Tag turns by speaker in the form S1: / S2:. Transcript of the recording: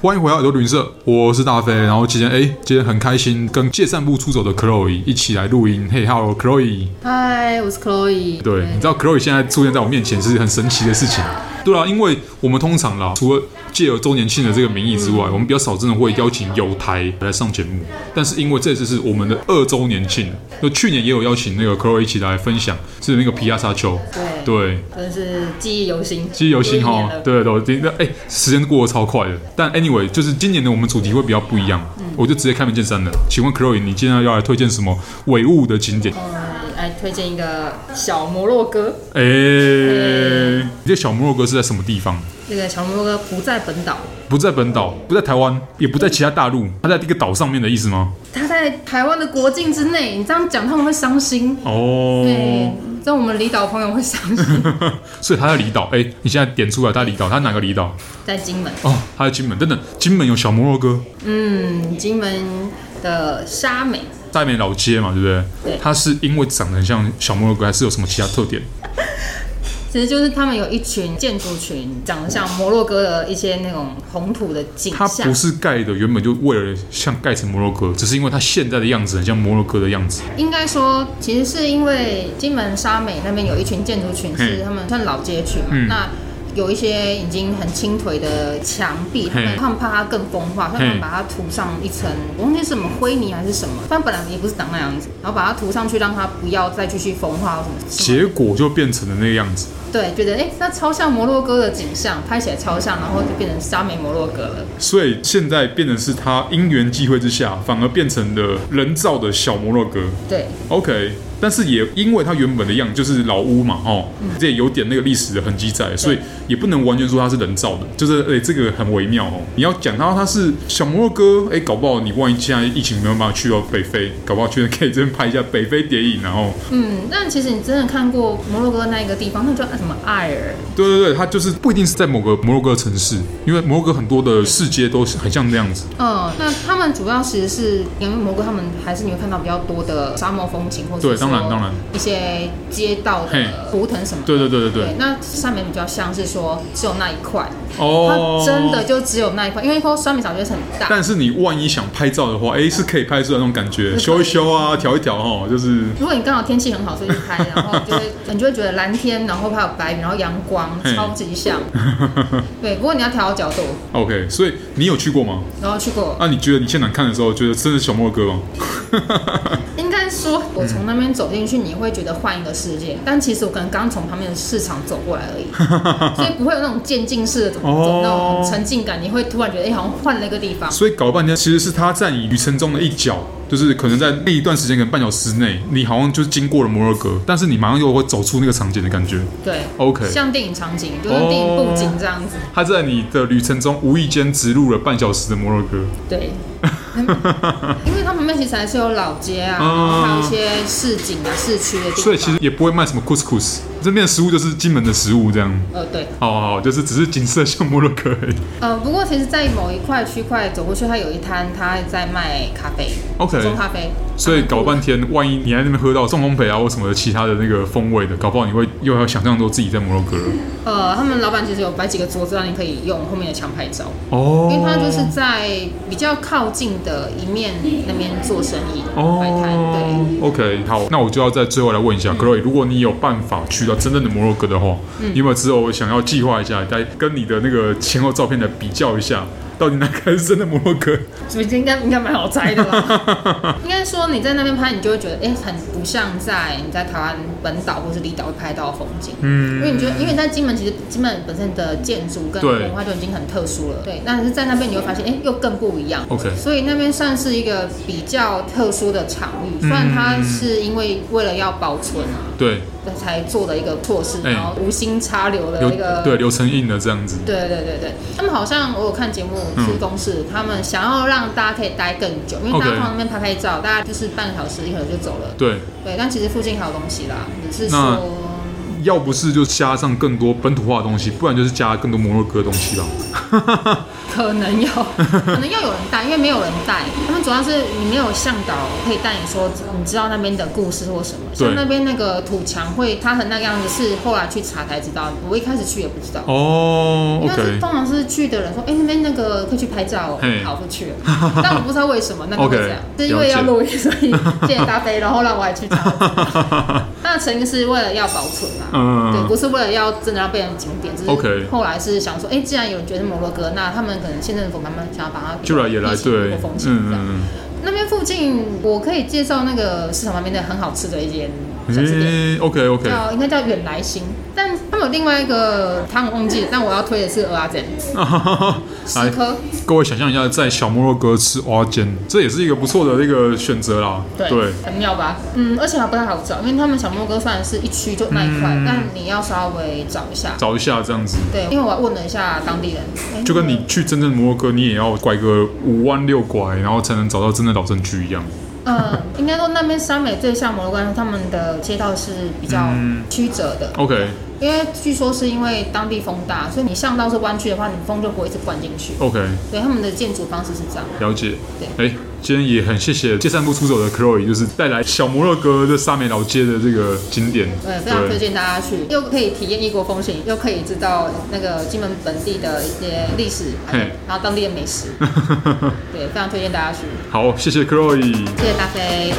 S1: 欢迎回到耳朵旅行社，我是大飞。然后今天哎、今天很开心跟借散步出走的 Chloe 一起来录音。嘿，Hello Chloe。
S2: 嗨，我是 Chloe。
S1: 对，你知道 Chloe 现在出现在我面前是很神奇的事情。对啊，因为我们通常啦，除了借由周年庆的这个名义之外，我们比较少真的会邀请友台来上节目。但是因为这次是我们的二周年庆，就去年也有邀请那个 Chloe 一起来分享，是那个皮亚沙丘。
S2: 对，
S1: 对，
S2: 真是记忆犹新，
S1: 记忆犹新
S2: 又一
S1: 哈
S2: 年了，
S1: 对对对，今天哎、时间过得超快的。但 anyway，就是今年的我们主题会比较不一样，
S2: 嗯
S1: 我就直接开门见山了。请问 Chloe，你今天要来推荐什么伟物的景点？
S2: 嗯，来推荐一个小摩洛哥，
S1: 哎、你这小摩洛哥是在什么地方？
S2: 那个小摩洛哥不在本岛，
S1: 不在本岛，不在台湾，也不在其他大陆，它在一个岛上面的意思吗？
S2: 它在台湾的国境之内。你这样讲他们会伤心，对
S1: 哦，，
S2: 这样我们离岛朋友会伤心。
S1: 所以它在离岛。哎、你现在点出来，它离岛，它哪个离岛？
S2: 在金门，
S1: 哦，它在金门。等等，金门有小摩洛哥，
S2: 嗯，金门的沙美，
S1: 大美老街嘛，对不对？
S2: 对
S1: 它是因为长得很像小摩洛哥，还是有什么其他特点？
S2: 其实就是他们有一群建筑群，长得像摩洛哥的一些那种红土的景
S1: 它
S2: 象
S1: 不。是盖的，原本就为了像盖成摩洛哥，只是因为它现在的样子很像摩洛哥的样子。
S2: 应该说，其实是因为金门沙美那边有一群建筑群是
S1: 嗯
S2: 他们算老街区嘛，
S1: 嗯
S2: 那有一些已经很倾颓的墙壁，他
S1: 嗯
S2: 们他们怕它更风化，所以
S1: 嗯
S2: 他们把它涂上一层，我忘记是什么灰泥还是什么，但本来也不是长那样子，然后把它涂上去，让它不要再继续风化或什么。什么
S1: 结果就变成了那个样子，
S2: 对，觉得哎、诶那超像摩洛哥的景象，拍起来超像，然后就变成沙美摩洛哥了。
S1: 所以现在变成是它因缘际会之下，反而变成了人造的小摩洛哥。
S2: 对，
S1: OK，但是也因为它原本的样就是老屋嘛，哦，这也有点那个历史的痕迹在，所以也不能完全说它是人造的，就是诶、这个很微妙哦。你要讲它它是小摩洛哥，诶、搞不好你万一现在疫情没有办法去到北非，搞不好去可以这边拍一下北非谍影，然啊哦后
S2: 嗯，但其实你真的看过摩洛哥那一个地方，那叫什么艾尔？
S1: 对对对，它就是不一定是在某个摩洛哥城市，因为摩洛哥很多的市街都是很像那样子。
S2: 嗯，那他们主要其实是因为摩洛哥，他们还是你会看到比较多的沙漠风情，或者
S1: 对当然当然
S2: 一些街道
S1: 嘿
S2: 的图腾什么的。
S1: 对对对对对，
S2: 对，那上面比较像是说只有那一块，
S1: 哦，
S2: 它真的就只有那一块，因为说酸梅小就是很大。
S1: 但是你万一想拍照的话，哎，是可以拍出来那种感觉，
S2: 是
S1: 修一修啊，调一调哦，就是
S2: 如果你刚好天气很好，所以去 拍，然后就会你就会觉得蓝天，然后还有白云，然后阳光
S1: 嘿，
S2: 超 级像。对，不过你要调好角度，
S1: OK。所以你有去过吗？啊
S2: 然后去过，
S1: 那、你觉得你现场看的时候，觉得真的是小莫哥吗？
S2: 应该说我从那边走进去，你会觉得换一个世界，但其实我可能刚从旁边的市场走过来 而已。所以不会有那种渐进式的走
S1: 哦
S2: 走那种沉浸感，你会突然觉得哎、好像换了一个地方。
S1: 所以搞了半天，其实是他在你旅程中的一角，就是可能在那一段时间，可能半小时内，你好像就经过了摩洛哥，但是你马上又会走出那个场景的感觉。
S2: 对
S1: OK 哦
S2: 像电影场景，就是电影布景这样子。
S1: 他在你的旅程中无意间植入了半小时的摩洛哥。
S2: 对， 因为它旁边其实还是有老街啊，然
S1: 嗯
S2: 后还有一些市井啊、市区的地方。
S1: 所以其实也不会卖什么 couscous，这边的食物就是金门的食物这样。
S2: 呃对，
S1: 好好好，就是只是景色像摩洛哥而已。
S2: 呃不过其实，在某一块区块走过去，它有一摊，它在卖咖啡
S1: OK
S2: 中咖啡。
S1: 所以搞半天，万一你在那边喝到宋烘焙啊或什么的其他的那个风味的，搞不好你会又要想象说自己在摩洛哥了。
S2: 呃，他们老板其实有摆几个桌子，让你可以用后面的墙拍照，
S1: 哦
S2: 因为他就是在比较靠近的一面那边做生意摆摊，对。嗯
S1: 哦，OK，好，那我就要在最后来问一下、g c h l o e 如果你有办法去到真正的摩洛哥的话，你有没有之后想要计划一下，再跟你的那个前后照片来比较一下，到底哪个是真的摩洛哥？
S2: 这边应该应该蛮好猜的啦。 应该说你在那边拍，你就会觉得，哎、很不像在你在台湾本岛或是离岛会拍到的风景。嗯，因为你觉得，因为在金门其实金门本身的建筑跟
S1: 对
S2: 文化就已经很特殊了，对。但是在那边你会发现，哎、又更不一样。
S1: OK
S2: 所以那边算是一个比较特殊的场域，
S1: 嗯
S2: 虽然它是因为为了要保存啊
S1: 对，
S2: 才做的一个措施，
S1: 哎
S2: 然后无心插柳的
S1: 流
S2: 一个
S1: 对流程印的这样子。
S2: 对对对对，他们好像我有看节目
S1: 嗯
S2: 是公司，他们想要让大家可以待更久，因为大
S1: OK
S2: 家放那边拍拍照，大家就是半个小时一会儿就走了。
S1: 对，
S2: 对，但其实附近还有东西啦，只是
S1: 那
S2: 说
S1: 要不是就加上更多本土化的东西，不然就是加更多摩洛哥的东西吧。
S2: 可能有，可能要有人带，因为没有人带，他们主要是你没有向导可以带你说，你知道那边的故事或什么。
S1: 对
S2: 像那边那个土墙会塌成那个样子，是后来去查才知道，我一开始去也不知道。
S1: 哦
S2: 那是
S1: ，OK，
S2: 通常是去的人说，哎、那边那个可以去拍照
S1: 嘿
S2: 哦，好不去了。但我不知道为 什么那个
S1: OK，
S2: 会这样，是因为要录音，所以谢谢大飞，然后让我 来去查。那成因是为了要保存啦、
S1: 嗯
S2: 对，不是为了要真的要变成景点，只
S1: OK
S2: 是后来是想说，哎、既然有人觉得是摩洛哥，那他们可能县政府慢慢想要把它
S1: 就来也来
S2: 一起
S1: 对
S2: 或，风
S1: 嗯
S2: 景这样。
S1: 嗯
S2: 那边附近我可以介绍那个市场旁边的很好吃的一间小吃店。
S1: 嗯，OK OK，
S2: 叫应该叫远来星，但他们有另外一个汤我忘记了，但我要推的是蚵仔煎，十
S1: 来，
S2: 颗，
S1: 各位想象一下，在小摩洛哥吃蚵仔煎，这也是一个不错的那个选择啦。
S2: 对，很妙吧？嗯，而且还不太好找，因为他们小莫哥虽然是一区就那一块，但你要稍微找一下。
S1: 找一下这样子，
S2: 对，因为我问了一下当地人，哎
S1: 就跟你去真正摩洛哥，你也要拐个五弯六拐，然后才能找到真的老镇区一样。
S2: 嗯，应该说那边山美最像摩洛哥，他们的街道是比较曲折的，
S1: OK
S2: 因为据说是因为当地风大，所以你巷道是弯曲的话，你风就不会一直灌进去。
S1: OK，
S2: 对，他们的建筑方式是这样。
S1: 了解。哎、今天也很谢谢借散步出走的 Chloe，就是带来小摩洛哥这沙美老街的这个景点。
S2: 对，呃非常推荐大家去，又可以体验异国风情，又可以知道那个金门本地的一些历史
S1: 嘿，
S2: 然后当地的美食，对，非常推荐大家去。
S1: 好，谢谢 Chloe。
S2: 谢谢大飞。